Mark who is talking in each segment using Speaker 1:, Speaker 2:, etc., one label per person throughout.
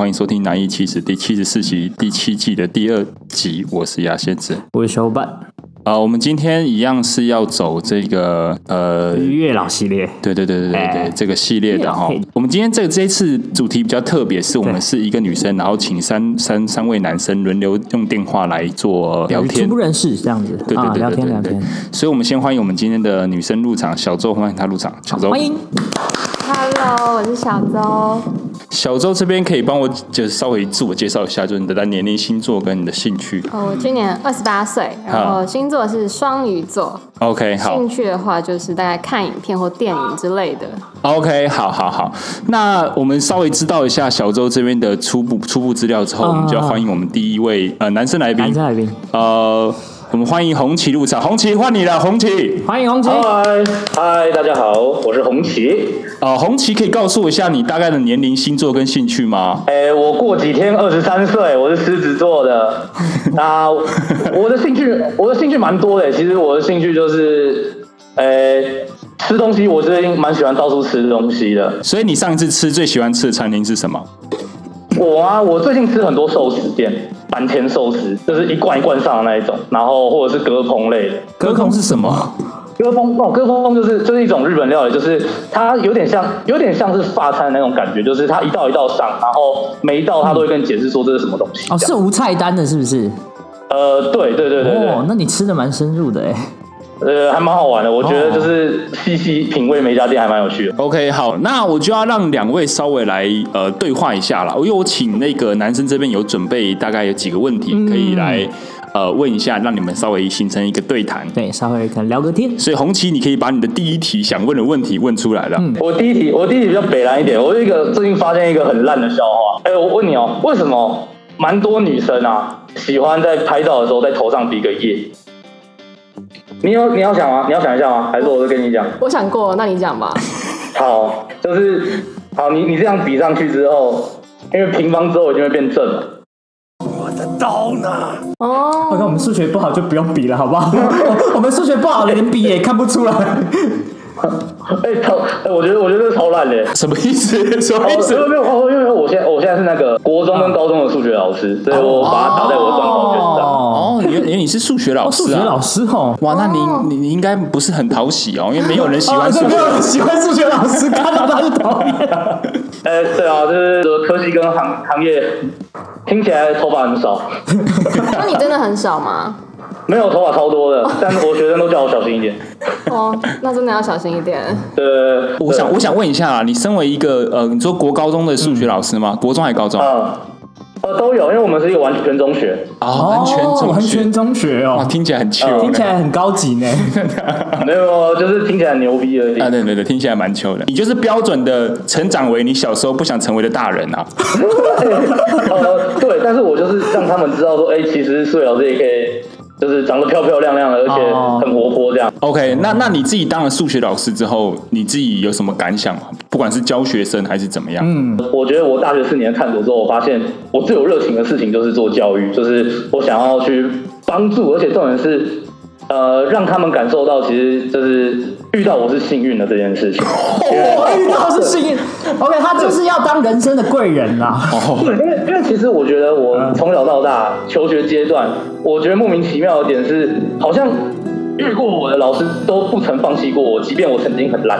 Speaker 1: 欢迎收听《南艺七十》第七十四集第七季的第二集，我是牙仙子。
Speaker 2: 我是小板，
Speaker 1: 啊、我们今天一样是要走这个呃，
Speaker 2: 月老系列，
Speaker 1: 对对对对对对，
Speaker 2: 哎
Speaker 1: 这个系列的哈
Speaker 2: 嘿。
Speaker 1: 我们今天这这一次主题比较特别，是我们是一个女生，然后请三三三位男生轮流用电话来做聊天
Speaker 2: 初。认识这样子，
Speaker 1: 对对
Speaker 2: 啊，
Speaker 1: 对
Speaker 2: 聊
Speaker 1: 对
Speaker 2: 天
Speaker 1: 对
Speaker 2: 聊
Speaker 1: 对
Speaker 2: 天，，
Speaker 1: 所以我们先欢迎我们今天的女生入场，小周欢迎她入场。小周，
Speaker 2: 欢迎。
Speaker 3: Hello，我是小周。
Speaker 1: 小周这边可以帮我就是稍微自我介绍一下，就是你的年龄、星座跟你的兴趣。
Speaker 3: 哦，我今年二十八岁，然后星座是双鱼座。
Speaker 1: OK，好
Speaker 3: 兴。趣的话，就是大概看影片或电影之类的。
Speaker 1: OK，好好好，那我们稍微知道一下小周这边的初步初步资料之后，我们就要欢迎我们第一位呃嗯男生来宾
Speaker 2: 男，生来宾，
Speaker 1: 呃，我们欢迎红旗入场，红旗换你了，红旗，
Speaker 2: 欢迎红姐。
Speaker 4: 嗨嗨，大家好，我是红旗。
Speaker 1: 呃，红旗可以告诉我一下你大概的年龄、星座跟兴趣吗？
Speaker 4: 哎，我过几天二十三岁，我是狮子座的。那我的兴趣，我的兴趣蛮多的。其实我的兴趣就是，呃，吃东西，我最近蛮喜欢到处吃东西的。
Speaker 1: 所以你上一次吃最喜欢吃的餐厅是什么？
Speaker 4: 我啊，我最近吃很多寿司店，坂田寿司，就是一罐一罐上的那一种，然后或者是隔烹类的。
Speaker 1: 隔空是什么？
Speaker 4: 割风哦，割风就是就是一种日本料理，就是它有点像有点像是法餐的那种感觉，就是它一道一道上，然后每一道它都会跟你解释说这是什么东西。
Speaker 2: 哦，是无菜单的，是不是？
Speaker 4: 呃，对对对对对，
Speaker 2: 哦，那你吃的蛮深入的哎。
Speaker 4: 呃，还蛮好玩的，我觉得
Speaker 2: 哦
Speaker 4: 就是细细品味每家店还蛮有趣的。
Speaker 1: OK，好，那我就要让两位稍微来呃对话一下啦，因为我请那个男生这边有准备大概有几个问题可以来、呃问一下，让你们稍微形成一个对谈。
Speaker 2: 对，稍微可能聊个天。
Speaker 1: 所以红旗，你可以把你的第一题想问的问题问出来
Speaker 2: 嗯
Speaker 1: 了。
Speaker 4: 我第一题，我第一题比较北蓝一点，我有一个最近发现一个很烂的笑话，哎、我问你哦，为什么蛮多女生啊喜欢在拍照的时候在头上比个耶？你有你要想吗？你要想一下吗？还是我就跟你讲？
Speaker 3: 我想过，那你讲吧。
Speaker 4: 好，就是好，你你这样比上去之后，因为平方之后一定会变正嘛。
Speaker 3: 哦，
Speaker 2: 我看我们数学不好就不用比了，好不好？ 我们数学不好连比也看 不出来。
Speaker 4: 哎、超，哎我觉得我觉得这超烂的。
Speaker 1: 什么意 思？什么意
Speaker 4: 哦，没有
Speaker 1: 思？
Speaker 4: 没有哦，因为我现在我现在是那个国中跟高中的数学老师，所以我把它打在我的状元卷上。
Speaker 2: 哦，
Speaker 1: 哦，你原你是数学老
Speaker 2: 数
Speaker 1: 师
Speaker 2: 学
Speaker 1: 啊？
Speaker 2: 老师哦。
Speaker 1: 哇，那你你你应该不是很讨喜哦，因为没有人喜 欢
Speaker 2: 哦
Speaker 1: 数
Speaker 2: 这
Speaker 1: 学
Speaker 2: 没。有人喜欢数学老师，看到他就讨厌。
Speaker 4: 哎、对啊，就是说科技跟行行业听起来头发很少，
Speaker 3: 那你真的很少吗？
Speaker 4: 没有头发超多的，但是我学生都叫我小心一点。
Speaker 3: 哦，那真的要小心一点。
Speaker 4: 呃，
Speaker 1: 我想
Speaker 4: 对
Speaker 1: 我想问一下啊，你身为一个呃，你说国高中的数学老
Speaker 2: 嗯
Speaker 1: 师吗？国中还高中？
Speaker 4: 啊、呃都有，因为我们是一个完全中学。
Speaker 1: 哦，完全
Speaker 2: 哦
Speaker 1: 中
Speaker 2: 完
Speaker 1: 学
Speaker 2: 全。中学
Speaker 1: 哇，
Speaker 2: 哦，
Speaker 1: 听起来很 chill，
Speaker 2: 听起来很高级呢。
Speaker 4: 没有，就是听起来很牛逼而已。
Speaker 1: 啊，对对对，听起来蛮秋的。你就是标准的成长为你小时候不想成为的大人啊。
Speaker 4: 呃，对，但是我就是让他们知道说，哎、其实素老师也可以，就是长得漂漂亮亮的，而且很活泼这样。
Speaker 1: OK，那
Speaker 2: 哦
Speaker 1: 那你自己当了数学老师之后，你自己有什么感想吗？不管是教学生还是怎么样，
Speaker 2: 嗯
Speaker 4: 我觉得我大学四年的探索之后，我发现我最有热情的事情就是做教育，就是我想要去帮助，而且重点是，呃，让他们感受到其实就是遇到我是幸运的这件事情。
Speaker 2: 我遇到是幸运，OK，他就是要当人生的贵人啊啦。
Speaker 4: 对，哦因为因为其实我觉得我从小到大求学阶段，我觉得莫名其妙的点是，好像遇过我的老师都不曾放弃过我，即便我曾经很烂。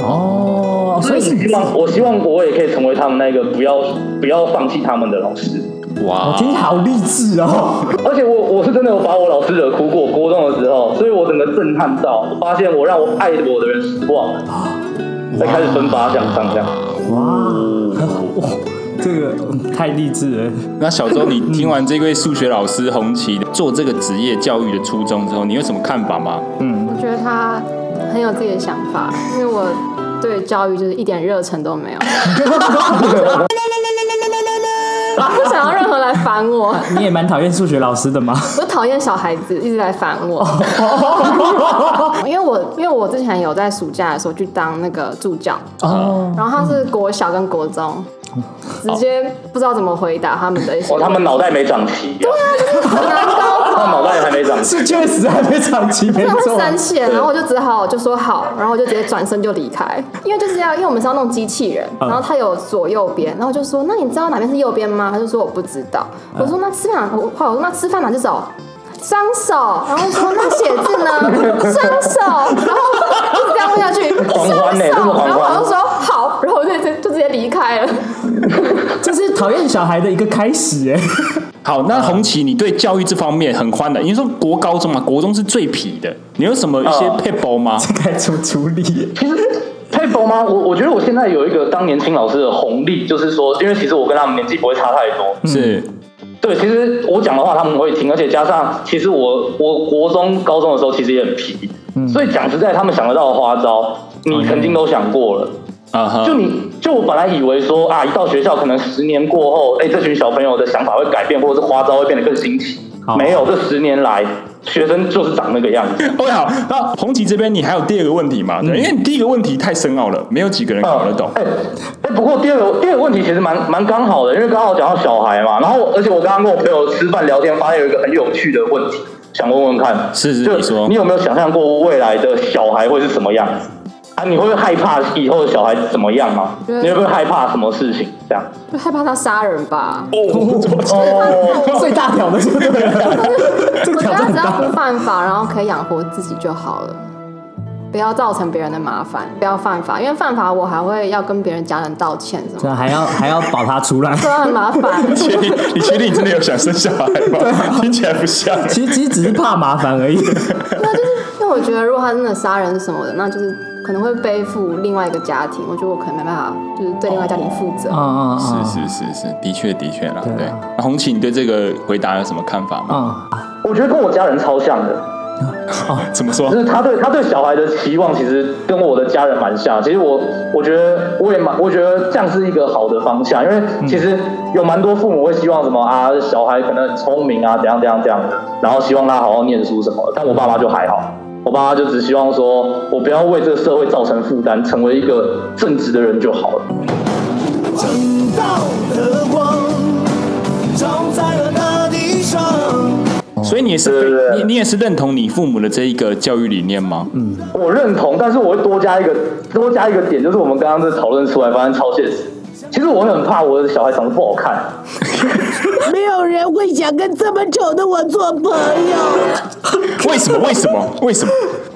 Speaker 2: 哦，所以是
Speaker 4: 希望我希望我也可以成为他们那个不要不要放弃他们的老师。
Speaker 1: 哇
Speaker 2: 我听起来好励志哦。
Speaker 4: 而且我我是真的有把我老师惹哭过，国中的时候，所以我整个震撼到，我发现我让我爱我的人失望了，
Speaker 2: 啊
Speaker 4: 才开始分发向上这样。
Speaker 2: 哇，哇，这个嗯太励志了。
Speaker 1: 那小周，你听完这位数学老师红旗做这个职业教育的初衷之后，你有什么看法吗？
Speaker 2: 嗯，
Speaker 3: 我觉得他很有自己的想法，因为我对教育就是一点热忱都没有。我 不想要任何来烦我，
Speaker 2: 你也蛮讨厌数学老师的吗？
Speaker 3: 我讨厌小孩子一直来烦我。
Speaker 2: 哦，
Speaker 3: 因为我因为我之前有在暑假的时候去当那个助教，
Speaker 2: 哦
Speaker 3: 然后他是国小跟国中，直接不知道怎么回答他们的一些
Speaker 4: 哦哇，他们脑袋没长齐、啊。
Speaker 3: 难高
Speaker 4: 那脑袋还没长。
Speaker 2: 是确实还没长齐，没
Speaker 3: 真的
Speaker 2: 错
Speaker 3: 会
Speaker 2: 啊。
Speaker 3: 生气，然后我就只好就说好，然后我就直接转身就离开，因为就是要，因为我们是要弄机器人，
Speaker 2: 嗯
Speaker 3: 然后它有左右边，然后我就说那你知道哪边是右边吗？他就说我不知道，我
Speaker 4: 嗯
Speaker 3: 说那吃饭哪，我我说那吃饭哪只手？双手，然后说那写字呢？双手，然后一直这样问下去，
Speaker 4: 狂
Speaker 3: 双
Speaker 4: 欢
Speaker 3: 手，
Speaker 4: 欸这么狂欢
Speaker 3: 然后我就说好，然后我就就就直接离开了。
Speaker 2: 这是讨厌小孩的一个开始哎。
Speaker 1: 好，那红旗，你对教育这方面很宽的，因为说国高中嘛，国中是最皮的，你有什么一些
Speaker 2: 啊
Speaker 4: 哦
Speaker 1: p e p 吗？
Speaker 2: 该怎么处理？
Speaker 4: 其实 佩服吗？我我觉得我现在有一个当年轻老师的红利，就是说，因为其实我跟他们年纪不会差太多，
Speaker 2: 嗯
Speaker 1: 是
Speaker 4: 对，其实我讲的话他们会听，而且加上其实我我国中高中的时候其实也很皮，所以讲实在，他们想得到的花招，你曾经都想过了。
Speaker 1: 啊哈，
Speaker 4: 就你就我本来以为说啊，一到学校可能十年过后，哎、这群小朋友的想法会改变，或者是花招会变得更新奇
Speaker 2: 好。
Speaker 4: 没有，这十年来学生就是长那个样子。
Speaker 1: OK，好， 那红旗这边你还有第二个问题吗？
Speaker 2: 嗯
Speaker 1: 对，因为你第一个问题太深奥了，没有几个人搞得懂。
Speaker 2: 啊
Speaker 4: 哎、哎不过第二个第二个问题其实蛮蛮刚好的，因为刚好讲到小孩嘛，然后而且我刚刚跟我朋友吃饭聊天，发现有一个很有趣的问题，想问问看，
Speaker 1: 是是
Speaker 4: 就
Speaker 1: 你说
Speaker 4: 你有没有想象过未来的小孩会是什么样子？啊，你会害怕以后的小孩子怎么样吗？
Speaker 3: 对
Speaker 4: 你会不会害怕什么事情？这样？
Speaker 3: 就害怕他杀人吧，
Speaker 4: 哦
Speaker 2: 最大条的就是对 了，这
Speaker 3: 我
Speaker 2: 个
Speaker 3: 觉
Speaker 2: 挑
Speaker 3: 得
Speaker 2: 战很
Speaker 3: 他只要不
Speaker 2: 大。
Speaker 3: 犯法，然后可以养活自己就好了，不要造成别人的麻烦，不要犯法，因为犯法我还会要跟别人家人道歉什么的，
Speaker 2: 这还要还要保他出来。
Speaker 3: 对啊，很麻 烦。
Speaker 1: 你确定？你确定你真的有想生小孩
Speaker 2: 啊
Speaker 1: 吗？听起来不 像。
Speaker 2: 其实其实只是怕麻烦而已。
Speaker 3: 那就是因为我觉得，如果他真的杀人什么的，那就是可能会背负另外一个家庭，我觉得我可能没办法，就是对另外一个家庭负责。
Speaker 2: 嗯嗯嗯，
Speaker 1: 是是是是，的确的确啦，
Speaker 2: 对啊
Speaker 1: 对。那红旗，你对这个回答有什么看法吗？
Speaker 2: 嗯
Speaker 4: 我觉得跟我家人超像的，
Speaker 2: 啊
Speaker 1: 怎么说
Speaker 4: 就？是他对他对小孩的期望，其实跟我的家人蛮像。其实我我觉得我也蛮，我觉得这样是一个好的方向，因为其实有蛮多父母会希望什么啊，小孩可能很聪明啊，怎样怎样怎样，然后希望他好好念书什么的。但我爸妈就还好，我爸妈就只希望说我不要为这个社会造成负担，成为一个正直的人就好了。
Speaker 5: 正道的光照在了大地上。
Speaker 1: 所以你也
Speaker 4: 对对
Speaker 1: 是
Speaker 4: 对
Speaker 1: 你你也是认同你父母的这一个教育理念吗？嗯，
Speaker 4: 我认同，但是我会多加一个多加一个点，就是我们刚刚这讨论出来，发现超现实。其实我很怕我的小孩长得不好看。
Speaker 5: 没有人会想跟这么丑的我做朋友。
Speaker 1: 为什么？为什么？为什么？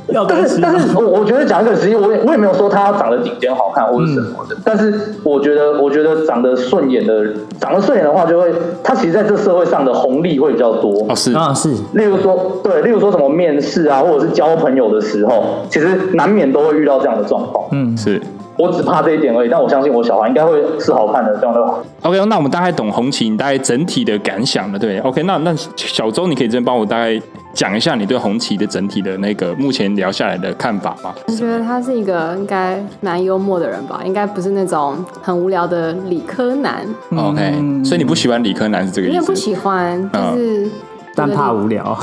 Speaker 2: 要
Speaker 4: 但
Speaker 2: 担
Speaker 4: 是
Speaker 2: 心
Speaker 4: 但是我我觉得讲一个实际，我也我也没有说他长得顶尖好看或者什么的，但是我觉得我觉得长得顺眼的长得顺眼的话，就会他其实在这社会上的红利会比较多。
Speaker 1: 哦，是
Speaker 2: 啊，是
Speaker 4: 例如说，对，例如说什么面试啊，或者是交朋友的时候，其实难免都会遇到这样的状况。
Speaker 1: 是。
Speaker 4: 我只怕这一点而已，但我相信我小孩应该会是好看的，这样就好。
Speaker 1: OK，那我哦们大概懂红旗，你大概整体的感想了，对？OK，那那小周，你可以先帮我大概讲一下你对红旗的整体的那个目前聊下来的看法吗？
Speaker 3: 我觉得他是一个应该蛮幽默的人吧，应该不是那种很无聊的理科男，
Speaker 1: OK，、所以你不喜欢理科男是这个
Speaker 3: 有
Speaker 1: 意
Speaker 3: 点
Speaker 1: 思？
Speaker 3: 不喜欢，就
Speaker 1: 嗯
Speaker 3: 是
Speaker 2: 但怕无聊。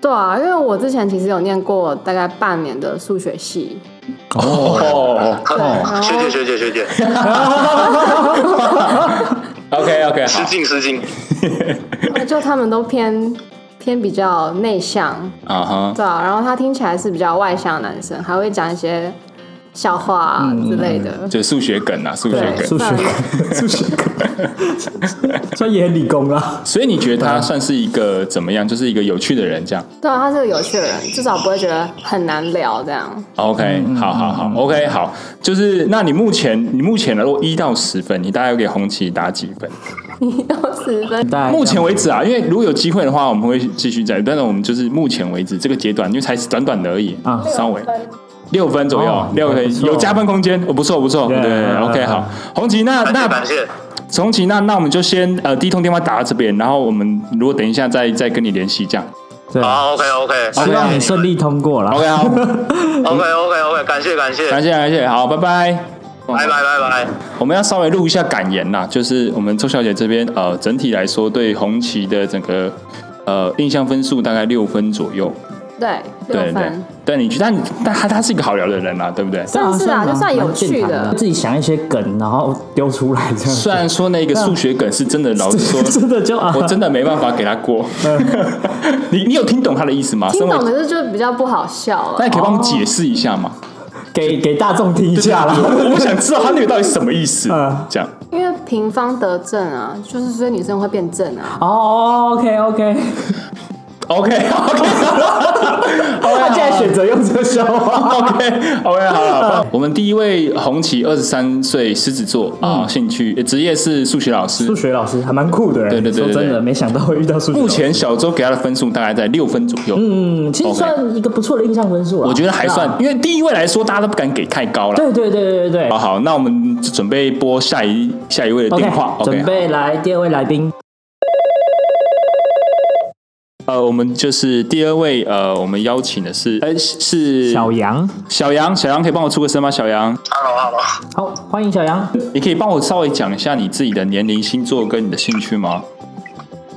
Speaker 3: 对啊，因为我之前其实有念过大概半年的数学系，
Speaker 1: 哦
Speaker 3: 对，然后
Speaker 6: 学姐学姐学姐，
Speaker 1: ，OK OK，
Speaker 6: 失
Speaker 1: 好
Speaker 6: 敬失敬。
Speaker 3: 就他们都偏偏比较内向，
Speaker 1: 啊哈，
Speaker 3: 对啊，然后他听起来是比较外向的男生，还会讲一些笑话啊之类的。
Speaker 1: 就数学梗啊，数学
Speaker 3: 对，
Speaker 1: 梗。
Speaker 2: 数学
Speaker 3: 算
Speaker 2: 所以也很理工啊啦。
Speaker 1: 所以你觉得他算是一个怎么样？就是一个有趣的人这样。
Speaker 3: 对啊，他是个有趣的人，至少不会觉得很难聊这样。
Speaker 1: OK，好
Speaker 2: 嗯
Speaker 1: 好好，OK，好，就是那你目前你目前如果一到十分，你大概要给红旗打几分？
Speaker 3: 你有十分，
Speaker 2: 大概
Speaker 1: 目前为止啊，因为如果有机会的话，我们会继续再，但是我们就是目前为止这个阶段，因为才短短的而已
Speaker 2: 啊
Speaker 1: 稍微六分左右
Speaker 2: 哦，
Speaker 1: 六
Speaker 2: 不
Speaker 1: 分
Speaker 2: 错
Speaker 1: 有加分空间，哦，不错不错，对
Speaker 2: 对
Speaker 1: 对对
Speaker 2: 嗯
Speaker 1: ，OK，
Speaker 2: 嗯
Speaker 1: 好，红旗那
Speaker 6: 感谢
Speaker 1: 那
Speaker 6: 感谢，
Speaker 1: 红旗那那我们就先呃第一通电话打到这边，然后我们如果等一下再再跟你联系这样
Speaker 2: 对，
Speaker 6: 好 OK OK
Speaker 2: 希望你顺利通过啦。
Speaker 1: ，OK 啊好，
Speaker 6: OK OK OK，感谢感谢，
Speaker 1: 感
Speaker 6: 拜
Speaker 1: 谢感谢，好，拜拜。
Speaker 6: 拜拜拜。
Speaker 1: 我们要稍微录一下感言啦，就是我们周小姐这边呃，整体来说对红旗的整个呃印象分数大概六分左右。
Speaker 3: 对，
Speaker 1: 对
Speaker 3: 六
Speaker 1: 对
Speaker 3: 分。
Speaker 1: 对，你觉得他但他他是一个好聊的人啊，对不对？
Speaker 3: 算是啊，
Speaker 2: 蛮
Speaker 3: 就算有
Speaker 2: 蛮健
Speaker 3: 趣
Speaker 2: 谈的，
Speaker 3: 的。
Speaker 2: 自己想一些梗，然后丢出来这样。
Speaker 1: 虽然说那个数学梗是真的，老实说，
Speaker 2: 真的就啊
Speaker 1: 我真的没办法给他过。 你你有听懂他的意思吗？
Speaker 3: 听
Speaker 1: 身为
Speaker 3: 懂，可是就比较不好笑啊了
Speaker 1: 那。你可以帮我们解释一下吗？
Speaker 2: 给给大众听一下啦。
Speaker 3: 哦
Speaker 1: 我我想知道他那个到底什么意思
Speaker 2: 嗯。
Speaker 1: 这样，
Speaker 3: 因为平方得正啊，就是所以女生会变正 啊。
Speaker 2: 哦，OK OK，
Speaker 1: OK OK
Speaker 2: 他竟然选择用这个笑话。
Speaker 1: OK OK 好
Speaker 2: 嗯
Speaker 1: 了，我们第一位红旗二十三岁狮子座啊，兴趣呃职业是数学老师
Speaker 2: 嗯数。学老师还蛮酷的，欸
Speaker 1: 对对对对
Speaker 2: 说真
Speaker 1: 对
Speaker 2: 的，没想到会遇到数学。
Speaker 1: 目，前小周给他的分数大概在六分左右，
Speaker 2: 嗯，其实
Speaker 1: OK
Speaker 2: 算一个不错的印象分数啊，
Speaker 1: 我觉得还算
Speaker 2: 对啊。，
Speaker 1: 因为第一位来说大家都不敢给太高了。
Speaker 2: 对对对对对
Speaker 1: 好好，那我们就准备拨下一下一位的
Speaker 2: ，OK，
Speaker 1: 电话。OK，,
Speaker 2: 准备来第二位来宾，
Speaker 1: 呃，我们就是第二位，呃，我们邀请的是，哎、是是
Speaker 7: 小杨，
Speaker 1: 小杨，小杨可以帮我出个声吗？小杨，
Speaker 6: Hello Hello，
Speaker 2: 好，欢迎小杨。
Speaker 1: 你可以帮我稍微讲一下你自己的年龄、星座跟你的兴趣吗？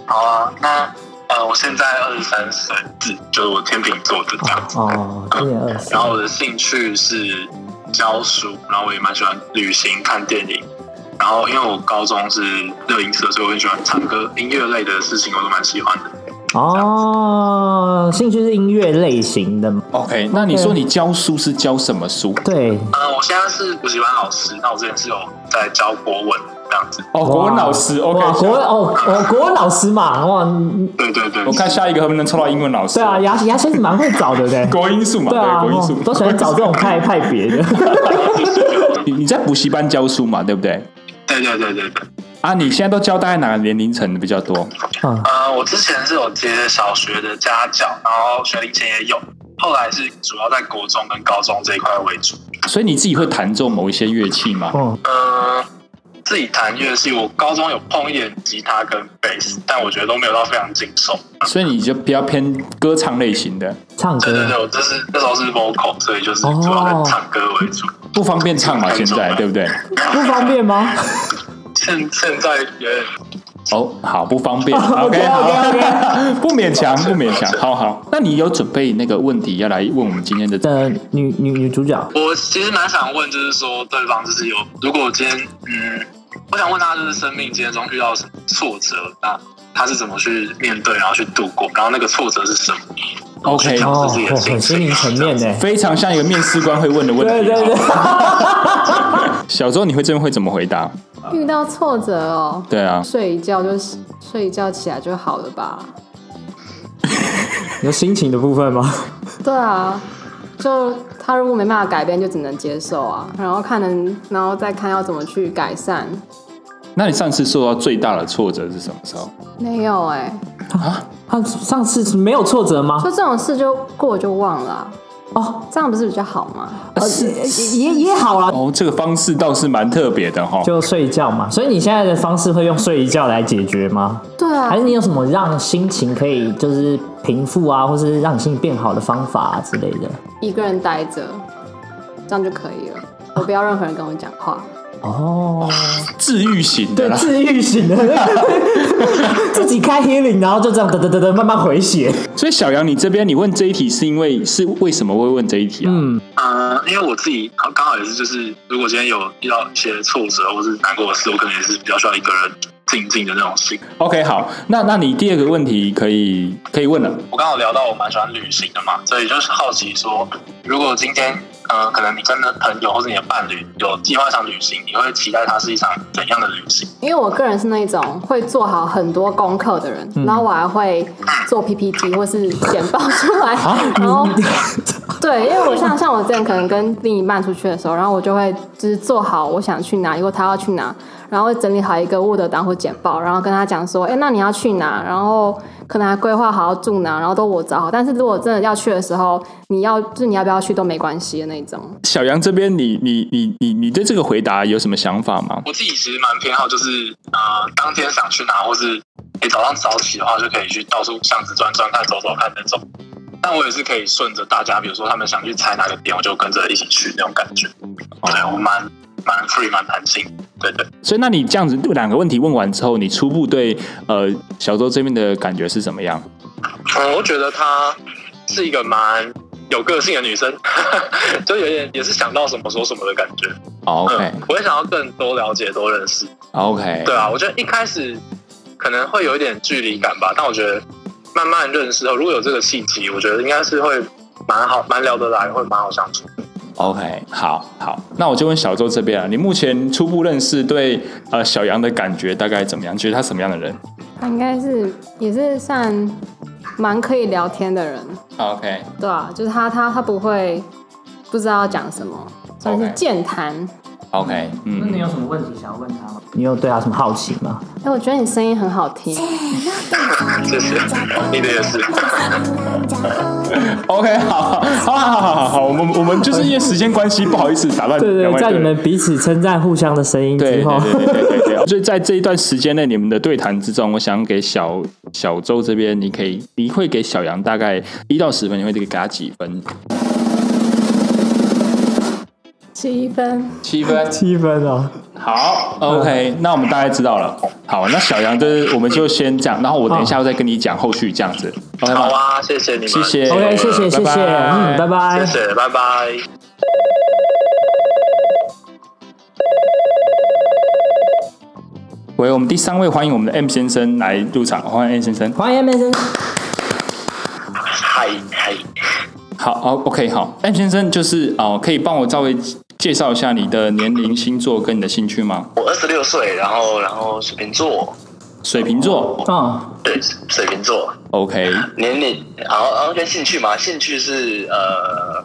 Speaker 6: 好啊，那呃，我现在二十三岁，是就是我天秤座的这样子。
Speaker 2: 哦，今年二十
Speaker 6: 然，后我的兴趣是教书，然后我也蛮喜欢旅行、看电影。然后因为我高中是热音社，所以我很喜欢唱歌，音乐类的事情我都蛮喜欢的。
Speaker 2: 哦，兴趣是音乐类型的，
Speaker 1: OK，那你说你教书是教什么书？
Speaker 2: 对，
Speaker 6: 呃，我现在是补习班老师，那我之前是有在教国文这样子。
Speaker 1: 哦，国文老师
Speaker 2: 哇
Speaker 1: ，OK，啊
Speaker 2: 哇国文哦哦，国文老师嘛，哇，嗯
Speaker 6: 对对对，
Speaker 1: 我看下一个能不能抽到英文老师？
Speaker 2: 对啊，牙牙仙子蛮会找 的对，
Speaker 1: 国英数嘛，
Speaker 2: 对啊，
Speaker 1: 国英数
Speaker 2: 哦，都喜欢找这种派派别的。
Speaker 1: 你你在补习班教书嘛，对不对？
Speaker 6: 对对对对对。
Speaker 1: 啊，你现在都教大概哪个年龄层的比较多？
Speaker 2: 嗯，
Speaker 6: 呃，我之前是有接小学的家教，然后学龄前也有，后来是主要在国中跟高中这一块为主。
Speaker 1: 所以你自己会弹奏某一些乐器吗？
Speaker 2: 哦
Speaker 6: 呃，自己弹乐器，我高中有碰一点吉他跟贝
Speaker 2: 嗯
Speaker 6: 斯，但我觉得都没有到非常精熟。
Speaker 1: 所以你就比较偏歌唱类型的，
Speaker 2: 唱
Speaker 6: 对
Speaker 2: 歌
Speaker 6: 对啊对，我这是那时候是 vocal，所以就是主要在唱歌为主。
Speaker 2: 哦
Speaker 1: 不方便唱嘛，现在对不对？
Speaker 2: 不方便吗
Speaker 6: 现现在有点
Speaker 1: 哦，好，不方 便。
Speaker 2: OK，OK，OK
Speaker 1: 好， 不勉强，不勉强。好好，那你有准备那个问题要来问我们今天的？
Speaker 2: 的呃女女女主角？
Speaker 6: 我其实蛮想问，就是说对方就是有，如果今天嗯，我想问他就是生命间中遇到什么挫折，那他是怎么去面对，然后去度过，然后那个挫折是什么
Speaker 1: OK
Speaker 6: 去
Speaker 2: 哦，
Speaker 6: 调试自己的
Speaker 2: 哦很心
Speaker 6: 心情
Speaker 2: 灵
Speaker 6: 啊
Speaker 2: 层面呢。
Speaker 1: 非常像一个面试官会问的问
Speaker 2: 对
Speaker 1: 题。
Speaker 2: 对对，
Speaker 1: 小周，你会这边会怎么回答？
Speaker 3: 遇到挫折哦，
Speaker 1: 对啊，
Speaker 3: 睡一觉就睡一觉起来就好了吧？
Speaker 2: 你说心情的部分吗？
Speaker 3: 对啊，就他如果没办法改变，就只能接受啊，然后看能，然后再看要怎么去改善。
Speaker 1: 那你上次受到最大的挫折是什么时候？
Speaker 3: 没有哎、
Speaker 2: 她啊上次是没有挫折吗
Speaker 3: 就？这种事就过就忘了啊、
Speaker 2: 哦，
Speaker 3: 这样不是比较好吗？
Speaker 2: 呃也也也好啦，
Speaker 1: 哦，这个方式倒是蛮特别的哈。
Speaker 2: 就睡一觉嘛。所以你现在的方式会用睡一觉来解决吗？
Speaker 3: 对啊
Speaker 2: 还，是你有什么让心情可以就是平复啊，或是让你心情变好的方法啊之类的？
Speaker 3: 一个人待着，这样就可以了。我不要任何人跟我讲话。
Speaker 2: 哦，
Speaker 1: 治愈型的
Speaker 2: 对，
Speaker 1: 啦。
Speaker 2: 治愈型的， 自己开 healing，然后就这样噔噔噔噔慢慢回血。
Speaker 1: 所以小杨，你这边你问这一题是因为是为什么会问这一题啊？
Speaker 2: 嗯
Speaker 6: 呃，因为我自己刚刚好也是，就是如果今天有遇到一些挫折或是难过的事，我可能也是比较需要一个人静静的那种心。
Speaker 1: OK，好，那那你第二个问题可以可以问了。
Speaker 6: 我刚好聊到我蛮喜欢旅行的嘛，所以就是好奇说，如果今天呃，可能你跟的朋友或是你的伴侣有计划一场旅行，你会期待它是一场怎样的旅行？
Speaker 3: 因为我个人是那一种会做好很多功课的人，然后我还会做 PPT 或是简报出来，然后对，因为我像像我之前可能跟另一半出去的时候，然后我就会就是做好我想去哪，如果他要去哪，然后会整理好一个 Word 档或简报，然后跟他讲说，哎，那你要去哪，然后可能还规划好要住哪，然后都我找好。但是如果真的要去的时候，你要就是你要不要去都没关系的那种。
Speaker 1: 小杨这边你，你你你你对这个回答有什么想法吗？
Speaker 6: 我自己其实蛮偏好，就是呃，当天想去哪，或是你早上早起的话，就可以去到处巷子转转看、走走看那种。但我也是可以顺着大家，比如说他们想去踩哪个点，我就跟着一起去那种感觉。对，我蛮蛮 free，蛮弹性。对对，
Speaker 1: 所以，那你这样子两个问题问完之后，你初步对呃小周这边的感觉是怎么样？
Speaker 6: 嗯，我觉得他是一个蛮有个性的女生， 就有点也是想到什么说什么的感觉。
Speaker 1: 哦？OK 哦
Speaker 6: 嗯，我也想要更多了解、多认识。
Speaker 1: OK，
Speaker 6: 对啊，我觉得一开始可能会有一点距离感吧，但我觉得慢慢认识后，如果有这个契机，我觉得应该是会蛮好、蛮聊得来，会蛮好相处。
Speaker 1: OK，好好，那我就问小周这边啊，你目前初步认识对呃小杨的感觉大概怎么样？觉得他什么样的人
Speaker 3: 他应该是也是算蛮可以聊天的人，
Speaker 1: ？OK，
Speaker 3: 对啊，就是他他他不会不知道要讲什么，算是
Speaker 1: OK
Speaker 3: 健谈。
Speaker 1: OK，
Speaker 2: 那
Speaker 1: 嗯，
Speaker 2: 你有什么问题想要问他吗？ 你有对他什么好奇吗？
Speaker 3: 哎、我觉得你声音很好听，
Speaker 6: 谢谢，你的也是。
Speaker 1: OK，好，好，好，好，好，好，好，我们我们就是因为时间关系，不好意思打断
Speaker 2: 对
Speaker 1: 两
Speaker 2: 对，
Speaker 1: 位
Speaker 2: 在
Speaker 1: 队
Speaker 2: 你
Speaker 1: 员
Speaker 2: 们彼此称赞互相的声音
Speaker 1: 对
Speaker 2: 之后，
Speaker 1: 对对对对对。 所以在这一段时间内，你们的对谈之中，我想给小小周这边，你可以你会给小杨大概一到十分，你会给他几分？
Speaker 3: 七分。
Speaker 1: 七分。
Speaker 2: 七分哦，
Speaker 1: 好，OK，那我们大概知道了。好，那小杨就是我们就先这样，然后我等一下再跟你讲后续这样子。OK
Speaker 6: 好
Speaker 1: 吗？
Speaker 6: 啊，谢谢你们，
Speaker 1: 谢谢
Speaker 2: OK，谢谢谢
Speaker 1: 拜
Speaker 2: 谢，
Speaker 1: 拜
Speaker 2: 嗯，拜拜
Speaker 6: 谢。谢，拜拜。
Speaker 1: 喂，我们第三位，欢迎我们的 M 先生来入场，欢迎 M 先生。
Speaker 2: 欢迎 M 先生，
Speaker 6: 嗨嗨，
Speaker 1: 好，哦，OK，好，M 先生就是哦，可以帮我稍微介绍一下你的年龄、星座跟你的兴趣吗？
Speaker 6: 我二十六岁，然后然后水瓶座，
Speaker 1: 水瓶座
Speaker 2: 嗯，
Speaker 6: 对，水瓶座，
Speaker 1: ，OK，
Speaker 6: 年龄，然后然后跟兴趣嘛，兴趣是呃，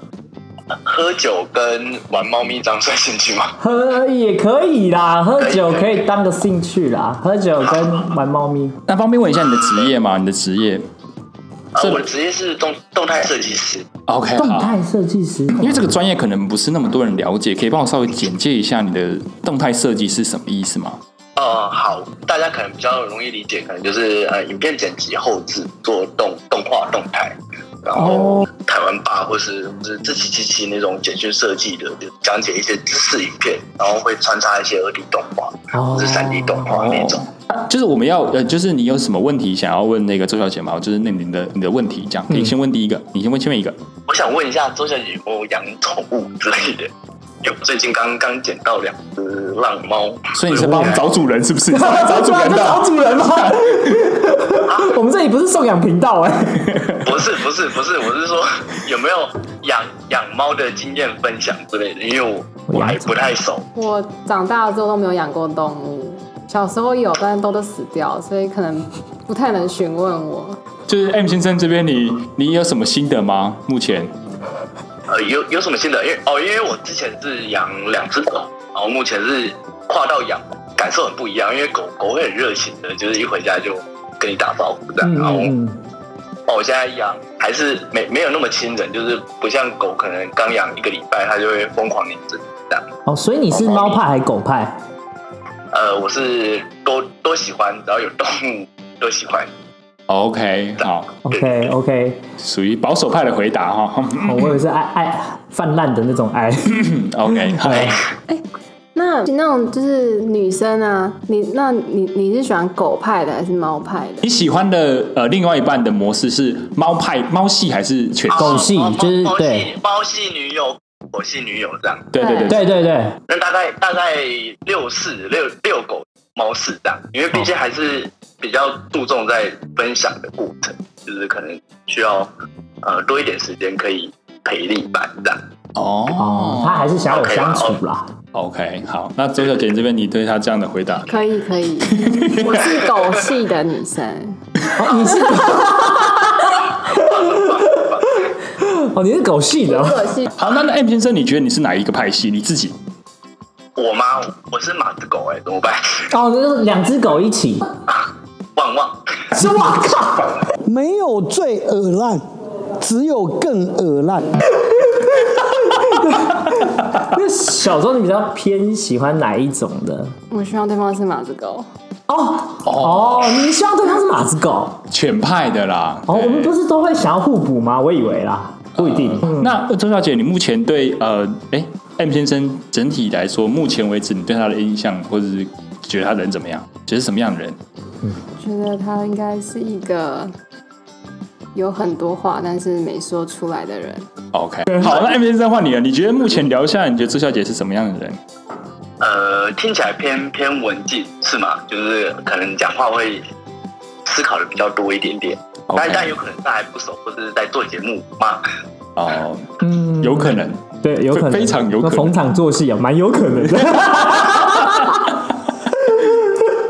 Speaker 6: 喝酒跟玩猫咪这样算兴趣吗？
Speaker 2: 喝也可以啦，喝酒可以当个兴趣啦，喝酒跟玩猫咪。
Speaker 1: 那方便问一下你的职业吗？你的职业
Speaker 6: 呃，
Speaker 1: 这
Speaker 6: 我的职业是动动态设计师，
Speaker 1: ？OK，
Speaker 2: 动
Speaker 1: 好。
Speaker 2: 态设计师，
Speaker 1: 因为这个专业可能不是那么多人了解，可以帮我稍微简介一下你的动态设计是什么意思吗？
Speaker 6: 呃，好，大家可能比较容易理解，可能就是呃，影片剪辑、后置做动动画、动态，然
Speaker 1: 哦
Speaker 6: 后台湾爸或是或是自己机器那种简讯设计的，就讲解一些知识影片，然后会穿插一些二 D 动画
Speaker 2: 哦
Speaker 6: 或是三 D 动画那种。
Speaker 1: 就是我们要呃，就是你有什么问题想要问那个周小姐吗？就是那你的你的问题，这样可以先问第一个，你先问前面一个。
Speaker 6: 我想问一下周小姐有没有养宠物之类的？ 有，最近刚刚捡到两只浪猫，
Speaker 1: 所以你是帮我们找主人是不是？你是帮我们 找主人
Speaker 2: 在找
Speaker 1: 的。
Speaker 2: 主 人吗？我们这里不是送养频道哎、
Speaker 6: 不是不是不是，我是说 有没有养养猫的经验分享之类的？因为我我还不太熟。
Speaker 3: 我长大了之后都没有养过动物，小时候有，但是都都死掉，所以可能不太能询问我。
Speaker 1: 就是 M 先生这边你，你有什么心得吗？目前
Speaker 6: 呃，有有什么新的？因为哦，因为我之前是养两只狗，然后目前是跨到养，感受很不一样。因为狗狗会很热情的，就是一回家就跟你打招呼这样。
Speaker 2: 嗯
Speaker 6: 然后
Speaker 2: 嗯嗯，
Speaker 6: 哦，我现在养还是没没有那么亲人，就是不像狗，可能刚养一个礼拜它就会疯狂黏着你这样。
Speaker 2: 哦，所以你是猫派还是狗派？
Speaker 6: 呃，我是都都喜欢，只要有动物都喜欢。
Speaker 1: OK 好，
Speaker 2: OK OK，
Speaker 1: 属于保守派的回答哈。
Speaker 2: 哦，我以为是爱爱泛滥的那种爱。
Speaker 1: OK 好，
Speaker 2: 对，
Speaker 3: 那那种就是女生啊，你那你你是喜欢狗派的还是猫派的？
Speaker 1: 你喜欢的呃另外一半的模式是猫派猫系还是犬系？
Speaker 2: 狗系
Speaker 6: 哦猫
Speaker 2: 就是
Speaker 6: 猫
Speaker 2: 对
Speaker 6: 系猫系女友，狗系女友这样。
Speaker 1: 对对对
Speaker 2: 对对对，
Speaker 6: 那大概大概六四六六狗猫四这样，因为毕竟还是比较注重在分享的过程，就是可能需要呃多一点时间可以陪另一半这样。
Speaker 2: 哦，
Speaker 1: 哦
Speaker 2: 他还是想要有相处啦。
Speaker 1: ，OK 好。那周小姐这边，你对他这样的回答，
Speaker 3: 可以可 以，我是狗系的女生，
Speaker 2: 哦，你是狗， 哦，你是狗系的哦。
Speaker 3: 狗系
Speaker 1: 好，那那 M 先生，你觉得你是哪一个派系？你自己
Speaker 6: 我妈我是马子狗哎、怎么办？
Speaker 2: 哦，那就是两只狗一起，
Speaker 6: 旺旺，
Speaker 2: 是哇靠！
Speaker 5: 没有最恶烂，只有更恶烂。
Speaker 2: 那小时候你比较偏喜欢哪一种的？
Speaker 3: 我希望对方是马子狗。
Speaker 2: 哦哦，你希望对方是马子狗
Speaker 1: 犬派的啦。
Speaker 2: 哦？
Speaker 1: 对
Speaker 2: 我们不是都会想要互补吗？我以为啦，不一定。嗯
Speaker 1: 那周小姐，你目前对呃，哎，M 先生整体来说，目前为止你对他的印象，或者是觉得他人怎么样？觉得什么样的人？
Speaker 3: 觉得他应该是一个有很多话，但是没说出来的人。
Speaker 1: 哦 OK，好，那 M 先生换你了。你觉得目前聊下来，你觉得周小姐是什么样的人？
Speaker 6: 呃，听起来偏偏文静是吗？就是可能讲话会思考的比较多一点点
Speaker 1: OK
Speaker 6: 但但有可能他还不熟，或者是在做节目嘛。
Speaker 1: 哦，
Speaker 2: 嗯，
Speaker 1: 有可能。
Speaker 2: 对，有可能，
Speaker 1: 非常有可能
Speaker 2: 逢场作戏啊，蛮有可能的。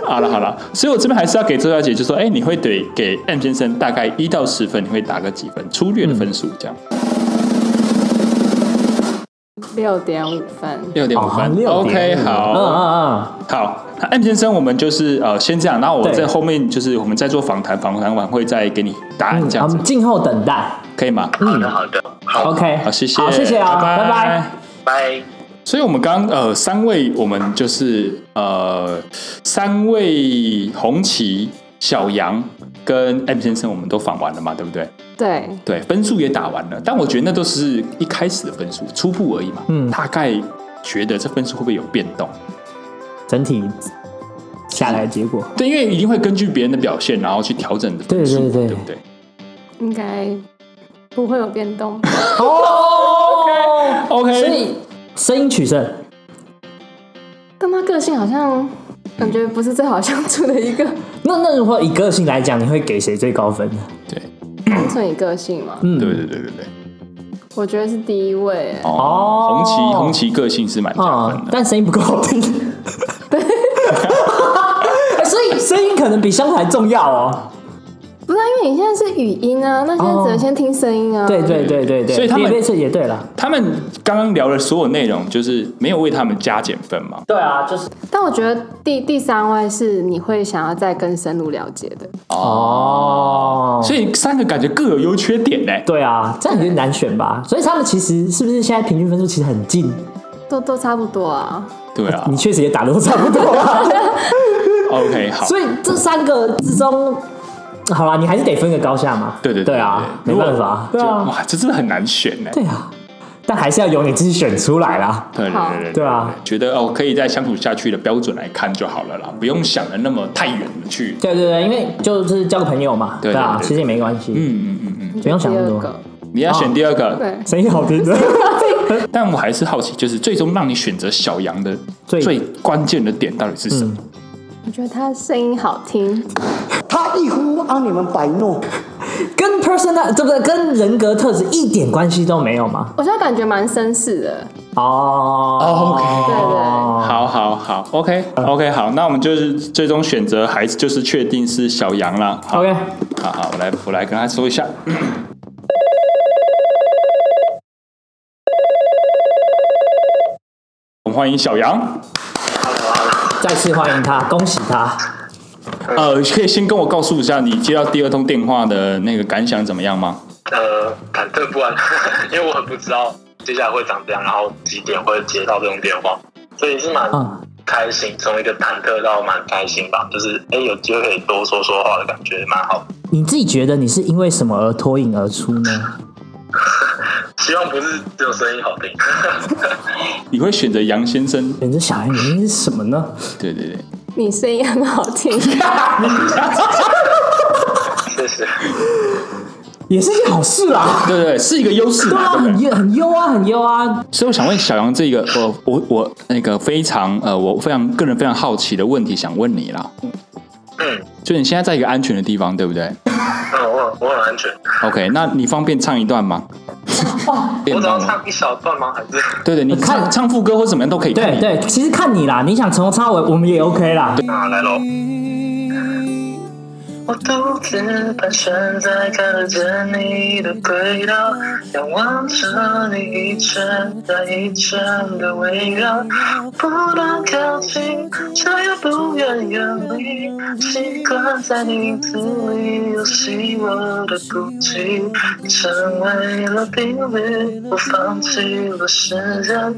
Speaker 1: 好了好了，所以我这边还是要给周小姐就说，哎、你会给给 M 先生大概一到十分，你会打个几分？粗略的分数这样，
Speaker 2: 嗯
Speaker 3: 六点五分，
Speaker 1: 六点五分。
Speaker 2: 哦六点
Speaker 1: OK，
Speaker 2: 五
Speaker 1: 好，
Speaker 2: 嗯嗯嗯，
Speaker 1: 好，那 M 先生，我们就是呃先这样，然后我
Speaker 2: 对
Speaker 1: 在后面就是我们在做访谈，访谈完会再给你答案，
Speaker 2: 嗯
Speaker 1: 这
Speaker 2: 我
Speaker 1: 样子、
Speaker 2: 们静候等待。
Speaker 1: 可以吗？
Speaker 6: 好的，好的，好，
Speaker 2: OK，
Speaker 1: 好，谢谢，
Speaker 2: 好，谢谢啊，拜拜。
Speaker 6: 拜。
Speaker 1: 所以，我们刚呃三位，我们就是呃三位红旗、小杨跟 M 先生，我们都访完了嘛，对不对？
Speaker 3: 对，
Speaker 1: 对，分数也打完了，但我觉得那都是一开始的分数，初步而已嘛。
Speaker 2: 嗯
Speaker 1: 大概觉得这分数会不会有变动？
Speaker 2: 整体下来的结果，
Speaker 1: 对，因为一定会根据别人的表现，然后去调整的分数，
Speaker 2: 对对对
Speaker 1: 对不对？
Speaker 3: 应该不会有变动。
Speaker 2: 哦
Speaker 1: OK
Speaker 2: 所以声音取胜，
Speaker 3: 但他个性好像感觉不是最好相处的一个，
Speaker 2: 那那如果以个性来讲，你会给谁最高分？
Speaker 1: 对，
Speaker 3: 单纯以个性嘛，
Speaker 2: 嗯，
Speaker 1: 对对对对对。
Speaker 3: 我觉得是第一位。哎
Speaker 1: 红
Speaker 2: 哦
Speaker 1: 旗红旗个性是蛮加分
Speaker 2: 啊
Speaker 1: 的，，
Speaker 2: 但声音不够好听。 对， 所以声音可能比相还重要哦。
Speaker 3: 不是啊，因为你现在是语音啊，那现在只能先听声音啊。
Speaker 2: 对对对对对，
Speaker 1: 所以他们
Speaker 2: 也对也对了。
Speaker 1: 他们刚刚聊的所有内容，就是没有为他们加减分嘛？
Speaker 2: 对啊，就是
Speaker 3: 但我觉得第第三位是你会想要再更深入了解的，
Speaker 2: 哦，
Speaker 1: 所以三个感觉各有优缺点呢、
Speaker 2: 对啊，这样有点难选吧？所以他们其实是不是现在平均分数其实很近？
Speaker 3: 都都差不多啊。
Speaker 1: 对啊
Speaker 2: 你确实也打的都差不多 啊。
Speaker 1: ，OK，好。
Speaker 2: 所以这三个之中，好啦，你还是得分个高下嘛。
Speaker 1: 对对
Speaker 2: 对啊，
Speaker 1: 对
Speaker 2: 没
Speaker 1: 如果
Speaker 2: 办法，对
Speaker 1: 就
Speaker 2: 啊，
Speaker 1: 哇，这真的很难选呢。
Speaker 2: 对啊，但还是要由你自己选出来啦。
Speaker 1: 对对
Speaker 3: 好
Speaker 1: 对对
Speaker 2: 对啊，
Speaker 1: 觉得哦，可以在相处下去的标准来看就好了啦，不用想的那么太远了去。
Speaker 2: 对对对，因为就是交个朋友嘛，
Speaker 1: 对
Speaker 2: 啊
Speaker 1: 对，对
Speaker 2: 其实也没关系，
Speaker 1: 嗯嗯嗯嗯，
Speaker 2: 不用想
Speaker 3: 第
Speaker 2: 那么
Speaker 3: 二
Speaker 2: 多
Speaker 3: 个。，
Speaker 1: 你要选第二
Speaker 2: 哦
Speaker 1: 个，
Speaker 3: 对，
Speaker 2: 声音好听的，
Speaker 1: 但我还是好奇，就是最终让你选择小杨的
Speaker 2: 最
Speaker 1: 最关键的点到底是什么？
Speaker 3: 我觉得他声音好听，
Speaker 5: 他一呼啊，你们白弄。
Speaker 2: 跟 personal 对不对？跟人格特质一点关系都没有嘛？
Speaker 3: 我觉得感觉蛮绅士的。
Speaker 2: 哦
Speaker 1: 哦，OK
Speaker 3: 对对，
Speaker 1: 好好好，OK
Speaker 2: 嗯
Speaker 1: OK，好，那我们就是最终选择还是就是确定是小杨啦。好，
Speaker 2: OK，
Speaker 1: 好好，我来我来跟他说一 下。我们欢迎小杨，
Speaker 2: 再次欢迎他，恭喜他。嗯
Speaker 1: 呃，可以先跟我告诉一下你接到第二通电话的那个感想怎么样吗？
Speaker 6: 呃，忐忑不安， 因为我很不知道接下来会长怎样，然后几点会接到这种电话，所以是蛮
Speaker 2: 嗯
Speaker 6: 开心，从一个忐忑到蛮开心吧，就是哎、有机会可以多说说话的感觉，蛮好。
Speaker 2: 你自己觉得你是因为什么而脱颖而出呢？
Speaker 6: 希望不是只有声音好听。
Speaker 1: 你会选择杨先生？
Speaker 2: 选择小孩原因是什么呢？
Speaker 1: 对对对，
Speaker 3: 你声音很好听，
Speaker 6: 谢谢。
Speaker 2: 也是一件好事啊啦。
Speaker 1: 对对对，是一个优势
Speaker 2: 对啊，
Speaker 1: 嘛，对不
Speaker 2: 很
Speaker 1: 对？
Speaker 2: 优很优啊，很优啊。
Speaker 1: 所以我想问小杨这个，呃，我我那个非常呃，我非常个人非常好奇的问题想问你啦，
Speaker 6: 嗯，
Speaker 1: 就你现在在一个安全的地方，对不对
Speaker 6: 那我很我很安全。
Speaker 1: ？OK，那你方便唱一段吗？
Speaker 6: 我只要
Speaker 1: 吗
Speaker 6: 唱一小段吗？还是
Speaker 1: 对对，你
Speaker 2: 看
Speaker 1: 唱唱副歌或怎么样都可以。
Speaker 2: 对，对，其实看你啦，你想从头唱到尾，我们也 OK 啦。
Speaker 6: 啊，来喽。我独自盘旋在看得见你的轨道，仰望着你一圈再一圈的围绕，不断靠近，却又不愿远离，习惯在你字里游戏我的孤寂，成为了定律，我放弃了时间。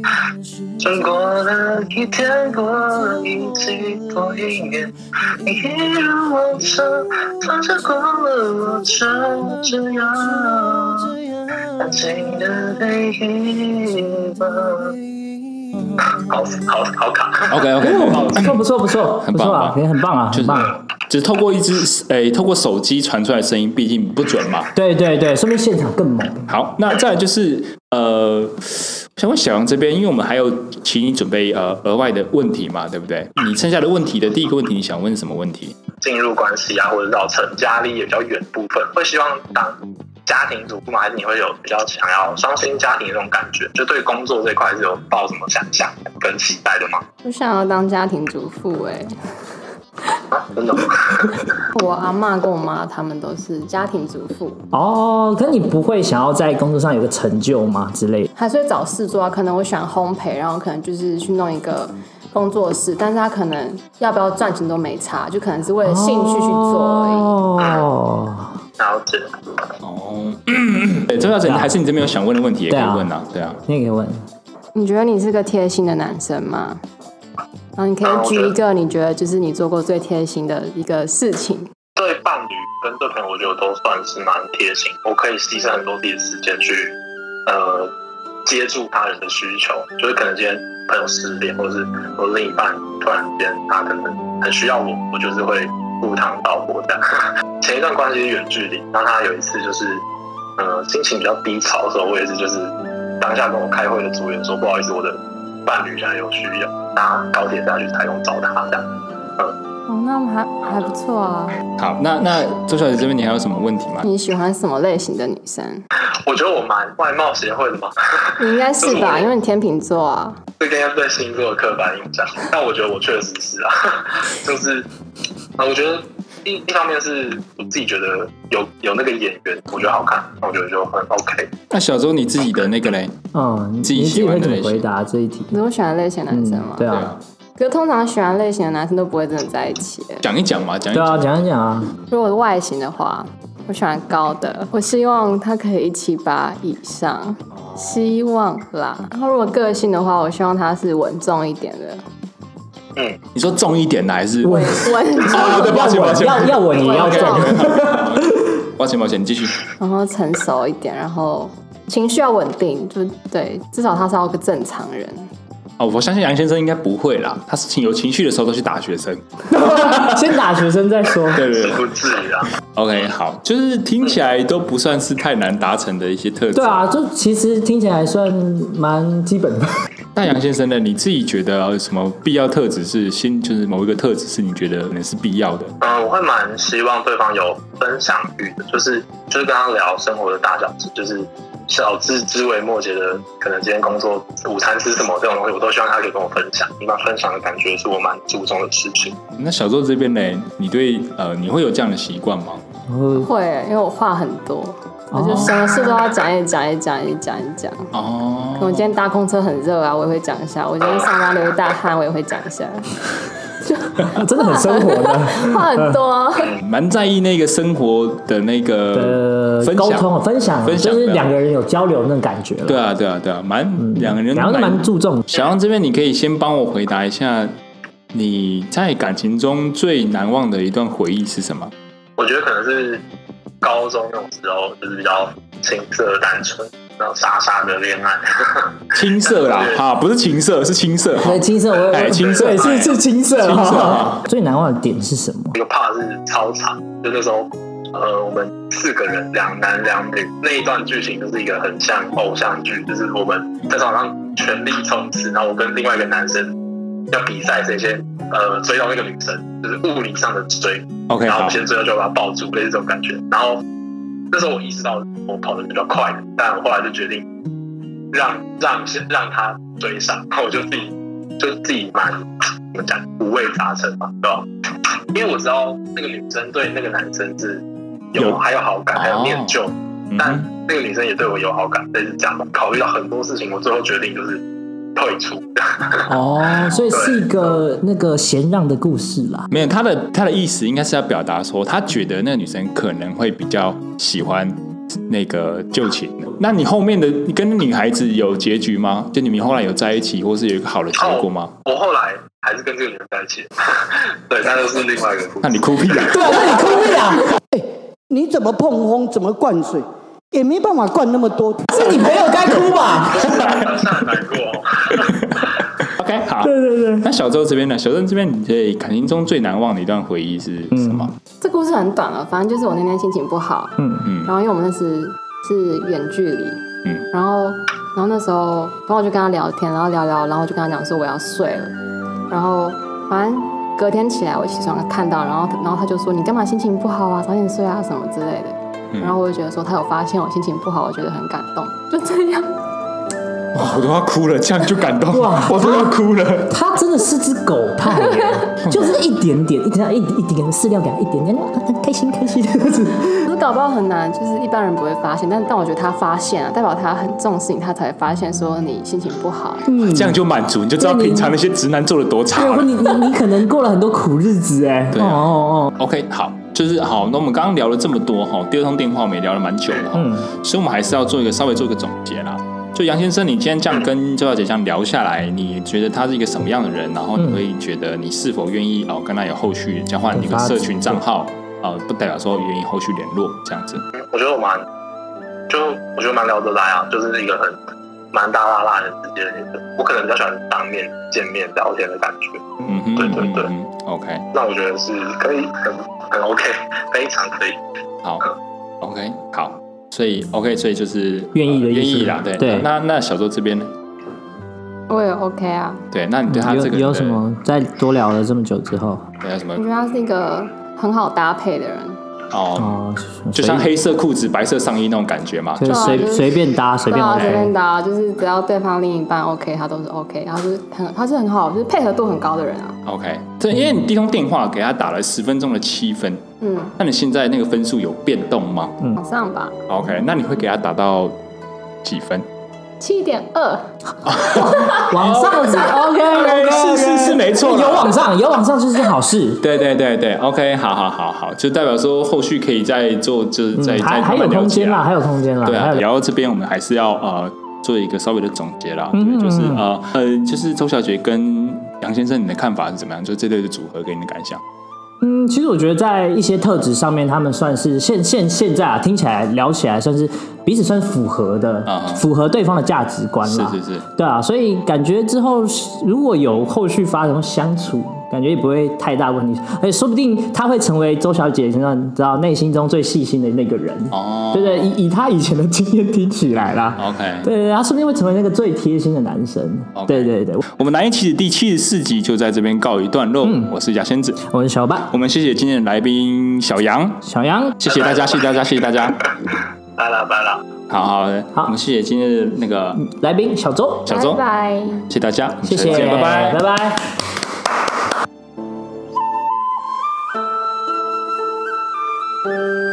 Speaker 6: 转过了一天，过了一季，过一年，你一如往常，放下过了我，就这样安静的被遗忘。好好好卡。
Speaker 1: OK OK，
Speaker 2: 不错不错不错
Speaker 1: 很
Speaker 2: 不
Speaker 1: 棒
Speaker 2: 错啊
Speaker 1: 很，棒
Speaker 2: 也很棒啊，
Speaker 1: 就是
Speaker 2: 很棒啊。
Speaker 1: 就是透过一只诶、透过手机传出来的声音，毕竟不准嘛。
Speaker 2: 对对对，说明现场更猛。
Speaker 1: 好，那再来就是呃，我想问小杨这边，因为我们还有请你准备呃额外的问题嘛，对不对？你剩下的问题的第一个问题，你想问什么问题？
Speaker 6: 进入关系啊，或者到成家立业比较远的部分，会希望当家庭主妇吗？还是你会有比较想要双薪家庭的这种感觉？就对工作这块是有抱什么想象跟期待的吗？
Speaker 3: 我想要当家庭主妇哎、
Speaker 6: 啊，真的吗？
Speaker 3: 我阿妈跟我妈他们都是家庭主妇，
Speaker 2: 哦，可你不会想要在工作上有个成就吗之类的？
Speaker 3: 还是会找事做啊。可能我喜欢烘焙，然后可能就是去弄一个工作室，但是他可能要不要赚钱都没差，就可能是为了兴趣去做而已。
Speaker 2: 哦，
Speaker 6: 了解。
Speaker 1: 哦， 对，周小姐，还是你这边有想问的问题也可
Speaker 2: 对啊
Speaker 1: 以问啊，对啊。
Speaker 2: 你也可以问。
Speaker 3: 你觉得你是个贴心的男生吗？然后你可
Speaker 6: 啊
Speaker 3: 以
Speaker 6: 我觉
Speaker 3: 举
Speaker 6: 得
Speaker 3: 一个你觉得就是你做过最贴心的一个事情。
Speaker 6: 对伴侣跟对朋友，我觉得都算是蛮贴心。我可以牺牲很多自己的时间去，呃，接住他人的需求。就是可能今天朋友失恋，或者是我另一半突然间他可能很需要我，我就是会赴汤蹈火这样。 前一段关系是远距离，那他有一次就是，呃，心情比较低潮的时候，我也是就是当下跟我开会的组员说，不好意思，我的伴侣现在有需要，搭高铁下去台中找他这样。
Speaker 3: 哦，那我们还还不错啊。
Speaker 1: 好，那那周小姐这边你还有什么问题吗？
Speaker 3: 你喜欢什么类型的女生？
Speaker 6: 我觉得我蛮外貌协会的嘛。
Speaker 3: 你应该是吧，
Speaker 2: 嗯
Speaker 3: 因为你天秤座啊。
Speaker 6: 这个应该对星座的刻板印象，但我觉得我确实是啊， 就是啊，我觉得一一方面是我自己觉得有有那个演员，我觉得好看，那我觉得就很 OK。
Speaker 1: 那小周你自己的那个嘞？
Speaker 2: 嗯，你
Speaker 1: 自己
Speaker 2: 你自
Speaker 1: 喜
Speaker 2: 己
Speaker 1: 欢
Speaker 2: 会
Speaker 1: 的
Speaker 2: 怎
Speaker 1: 类
Speaker 2: 么
Speaker 1: 型
Speaker 2: 回答这一题？
Speaker 3: 你是我喜欢类型的男生吗？
Speaker 2: 对
Speaker 1: 对
Speaker 2: 啊
Speaker 1: 啊，，
Speaker 3: 可是通常喜欢类型的男生都不会真的在一起耶。
Speaker 1: 讲一讲嘛，讲一
Speaker 2: 对
Speaker 1: 讲。
Speaker 2: 啊，讲一讲啊。
Speaker 3: 如果外形的话，我喜欢高的，我希望他可以一七八以上，希望啦。然后如果个性的话，我希望他是稳重一点 的，
Speaker 6: 嗯，
Speaker 1: 你说重一点呢，还是？
Speaker 2: 稳
Speaker 3: 稳
Speaker 1: 哦，对，
Speaker 3: 重，
Speaker 1: 抱歉，抱歉，
Speaker 2: 要要我你要
Speaker 3: 稳
Speaker 2: 重，
Speaker 3: 重，
Speaker 1: 抱歉，抱歉，你继续。
Speaker 3: 然后成熟一点，然后情绪要稳定，就对，至少他是要个正常人。
Speaker 1: 哦，我相信杨先生应该不会啦，他是情有情绪的时候都去打学生。
Speaker 2: 先打学生再说。
Speaker 1: 对对
Speaker 6: 是
Speaker 1: 对
Speaker 6: 不至于啊，
Speaker 1: ，OK，好，就是听起来都不算是太难达成的一些特质。
Speaker 2: 对啊，就其实听起来算蛮基 本的。
Speaker 1: 那杨先生呢？你自己觉得有什么必要特质是先就是某一个特质是你觉得可能是必要的？
Speaker 6: 嗯，我会蛮希望对方有分享欲的，就是就是跟他聊生活的大小事，就是小至枝微末节的，可能今天工作午餐吃什么这种东西，我都希望他可以跟我分享。一般分享的感觉是我蛮注重的事情。
Speaker 1: 那小周这边呢？你对呃，你会有这样的习惯吗？
Speaker 2: 然后
Speaker 3: 会，因为我话很多，
Speaker 2: 哦
Speaker 3: 我就什么事都要讲一讲一讲一讲一讲。
Speaker 1: 哦，
Speaker 3: 我今天搭公车很热啊，我也会讲一下；我今天上班流一大汗，我也会讲一下。
Speaker 2: 啊真的很生活 的。
Speaker 3: 话很多啊、
Speaker 1: 蛮在意那个生活的那个
Speaker 2: 呃，
Speaker 1: 分
Speaker 2: 沟
Speaker 1: 享。
Speaker 2: 通分享，
Speaker 1: 分享
Speaker 2: 就是
Speaker 1: 对啊
Speaker 2: 两个人有交流那种感觉了。
Speaker 1: 对，啊，对啊，对啊，蛮
Speaker 2: 嗯
Speaker 1: 两个人
Speaker 2: 然后蛮注重
Speaker 1: 小杨这边，你可以先帮我回答一下，你在感情中最难忘的一段回忆是什么？
Speaker 6: 我觉得可能是高中那种时候，就是比较青涩单纯，然后傻傻的恋爱。
Speaker 1: 青涩啦，啊，不是情色，是青涩。
Speaker 2: 对，青涩，我
Speaker 1: 哎青涩
Speaker 2: 对，是是青涩
Speaker 1: 青涩
Speaker 2: 哈
Speaker 1: 啊。
Speaker 2: 最难忘的点是什么？
Speaker 6: 一个 part 是操场，就那时候，呃，我们四个人，两男两女，那一段剧情就是一个很像偶像剧，就是我们在场上全力冲刺，然后我跟另外一个男生要比赛谁先呃追到那个女生，就是物理上的追，
Speaker 1: OK，
Speaker 6: 然
Speaker 1: 好
Speaker 6: 后我们，先追到就要把他抱住，类似这种感觉。然后那时候我意识到我跑得比较快，但我后来就决定让让先让他追上，然后我就自己就自己蛮怎么讲五味杂陈嘛，对吧？因为我知道那个女生对那个男生是有
Speaker 1: 有
Speaker 6: 还有好感，还有念
Speaker 1: 哦
Speaker 6: 旧，
Speaker 1: 嗯
Speaker 6: 但
Speaker 1: 哼
Speaker 6: 那个女生也对我有好感，类似这样吧。考虑到很多事情，我最后决定就是退出。
Speaker 2: 哦，所以是一个那个贤让的故事啦。
Speaker 1: 没有他的他的意思应该是要表达说，他觉得那个女生可能会比较喜欢那个旧情。那你后面的你跟女孩子有结局吗？就你们后来有在一起，或是有一个好的结果吗？
Speaker 6: 我后来还是跟这个女人在一起， 对，那就是另外一个故
Speaker 1: 那
Speaker 6: 事。
Speaker 1: 你哭屁啊！
Speaker 5: 对啊，那你哭不了。 哎，你怎么碰风？怎么灌水？也没办法灌那么多。
Speaker 2: 是你朋友该哭吧？
Speaker 6: 好像很难过、哦。
Speaker 1: OK，好。
Speaker 2: 对对对，
Speaker 1: 那小周这边呢？小周这边，你对感情中最难忘的一段回忆是什么？
Speaker 3: 这故事很短了，反正就是我那天心情不好，
Speaker 2: 嗯
Speaker 3: 然后因为我们那时是远距离，
Speaker 1: 嗯
Speaker 3: 然后然后那时候，然后我就跟他聊天，然后聊聊，然后我就跟他讲说我要睡了，然后反正隔天起来我起床看到，然后然后他就说你干嘛心情不好啊，早点睡啊什么之类的。然后我就觉得说，他有发现我心情不好，我觉得很感动，就这样。
Speaker 1: 哇，我都要哭了，这样就感动，
Speaker 2: 哇
Speaker 1: 我都要哭了。
Speaker 2: 他真的是只狗派 耶，就是一点点，一点一点一点饲料给他一点点，啊开心开心这样子。
Speaker 3: 可是搞不好很难，就是一般人不会发现，但但我觉得他发现了、啊代表他很重视你，他才发现说你心情不好。
Speaker 1: 这样就满足，你就知道
Speaker 2: 对你
Speaker 1: 平常那些直男做的多差
Speaker 2: 嗯对，或
Speaker 1: 了。
Speaker 2: 你你你可能过了很多苦日子哎。
Speaker 1: 对
Speaker 2: 哦
Speaker 1: 啊
Speaker 2: 哦
Speaker 1: OK，好，就是好。那我们刚刚聊了这么多哈，第二通电话我们也聊了蛮久的哈，
Speaker 2: 嗯
Speaker 1: 所以我们还是要做一个稍微做一个总结啦。就杨先生，你今天这样跟周小姐这样聊下来，你觉得他是一个什么样的人？然后你
Speaker 2: 嗯
Speaker 1: 会觉得你是否愿意哦跟他有后续交换一
Speaker 2: 发
Speaker 1: 个
Speaker 2: 展
Speaker 1: 社群账号？哦，不代表说愿意后续联络这样子。
Speaker 6: 我觉得我蛮，就我觉得蛮聊得来啊，就是一个很蛮大拉拉的直接的一个，我可能比较喜欢当面见面聊天的感觉，
Speaker 1: 嗯哼，
Speaker 6: 对对对
Speaker 1: 嗯哼，OK，
Speaker 6: 那我觉得是可以很很 OK，非常可以。
Speaker 1: 好，OK，好，所以 OK，所以就是呃
Speaker 2: 愿意的意思
Speaker 1: 愿意啦，对
Speaker 2: 对
Speaker 1: 那那小周这边呢？
Speaker 3: 我也 OK 啊，
Speaker 1: 对，那你对他
Speaker 2: 哦，
Speaker 1: 这个
Speaker 2: 有有
Speaker 1: 人
Speaker 2: 什？么？在多聊了这么久之后，
Speaker 1: 对，有什么
Speaker 3: 我？觉得他是一个很好搭配的人，
Speaker 1: 哦，
Speaker 2: 哦，
Speaker 1: 就
Speaker 2: 随
Speaker 1: 像黑色裤子、白色上衣那种感觉嘛。
Speaker 2: 就是
Speaker 3: 对啊就
Speaker 2: 随
Speaker 3: 是
Speaker 2: 随便搭随
Speaker 3: 对
Speaker 2: 便
Speaker 3: 啊，随便
Speaker 2: OK。
Speaker 3: 搭，就是只要对方另一半 OK，他都是 OK，他是很他是很好，就是配合度很高的人啊。
Speaker 1: OK，这因为你第一通电话给他打了十分钟的七分，
Speaker 3: 嗯，
Speaker 1: 那你现在那个分数有变动吗
Speaker 2: 嗯
Speaker 3: 往上吧，
Speaker 1: ？OK，那你会给他打到几分？
Speaker 3: 七点二，
Speaker 2: 往上走 OK OK，
Speaker 1: 哦是是是没错啦
Speaker 2: 有往上有往上就是件好事。
Speaker 1: 对对对对，OK，好好好好，就代表说后续可以再做，就是再
Speaker 2: 嗯，
Speaker 1: 再
Speaker 2: 还还
Speaker 1: 慢
Speaker 2: 有
Speaker 1: 慢了
Speaker 2: 空
Speaker 1: 解
Speaker 2: 间啦，
Speaker 1: 啦。
Speaker 2: 还有空间啦，
Speaker 1: 对啊
Speaker 2: 还，有
Speaker 1: 聊到这边，我们还是要呃做一个稍微的总结啦。
Speaker 2: 嗯
Speaker 1: 对，就是
Speaker 2: 嗯嗯
Speaker 1: 呃呃，就是周小姐跟杨先生，你的看法是怎么样？就这对的组合给你的感想？
Speaker 2: 嗯，其实我觉得在一些特质上面，他们算是现现现在啊，听起来聊起来算是彼此算是符合的，
Speaker 1: 啊哈
Speaker 2: 符合对方的价值观
Speaker 1: 是
Speaker 2: 啦。
Speaker 1: 是是，
Speaker 2: 对啊，所以感觉之后如果有后续发展或相处，感觉也不会太大问题，而且说不定他会成为周小姐身上你知道内心中最细心的那个人。
Speaker 1: 哦，
Speaker 2: 对对，以以他以前的经验听起来啦。
Speaker 1: OK，
Speaker 2: 对对，对他说不定会成为那个最贴心的男生。
Speaker 1: OK
Speaker 2: 对对对，
Speaker 1: 我们南一期的第七十四集就在这边告一段落。
Speaker 2: 嗯
Speaker 1: 我是贾仙子，
Speaker 2: 我是小伴
Speaker 1: 我们谢谢今天的来宾小杨，
Speaker 2: 小杨，
Speaker 1: 谢谢大 家，谢谢大家，谢谢大家。
Speaker 6: 拜了拜了。
Speaker 1: 好好，
Speaker 2: 好
Speaker 1: 我们谢谢今天的那个
Speaker 2: 来宾小周，
Speaker 1: 小周，
Speaker 3: 拜拜。
Speaker 1: 谢谢大家，我们
Speaker 2: 谢
Speaker 1: 下
Speaker 2: 谢
Speaker 1: 次，见拜拜，
Speaker 2: 拜拜。
Speaker 5: Hãy subscribe cho kênh Ghiền Mì Gõ Để không bỏ lỡ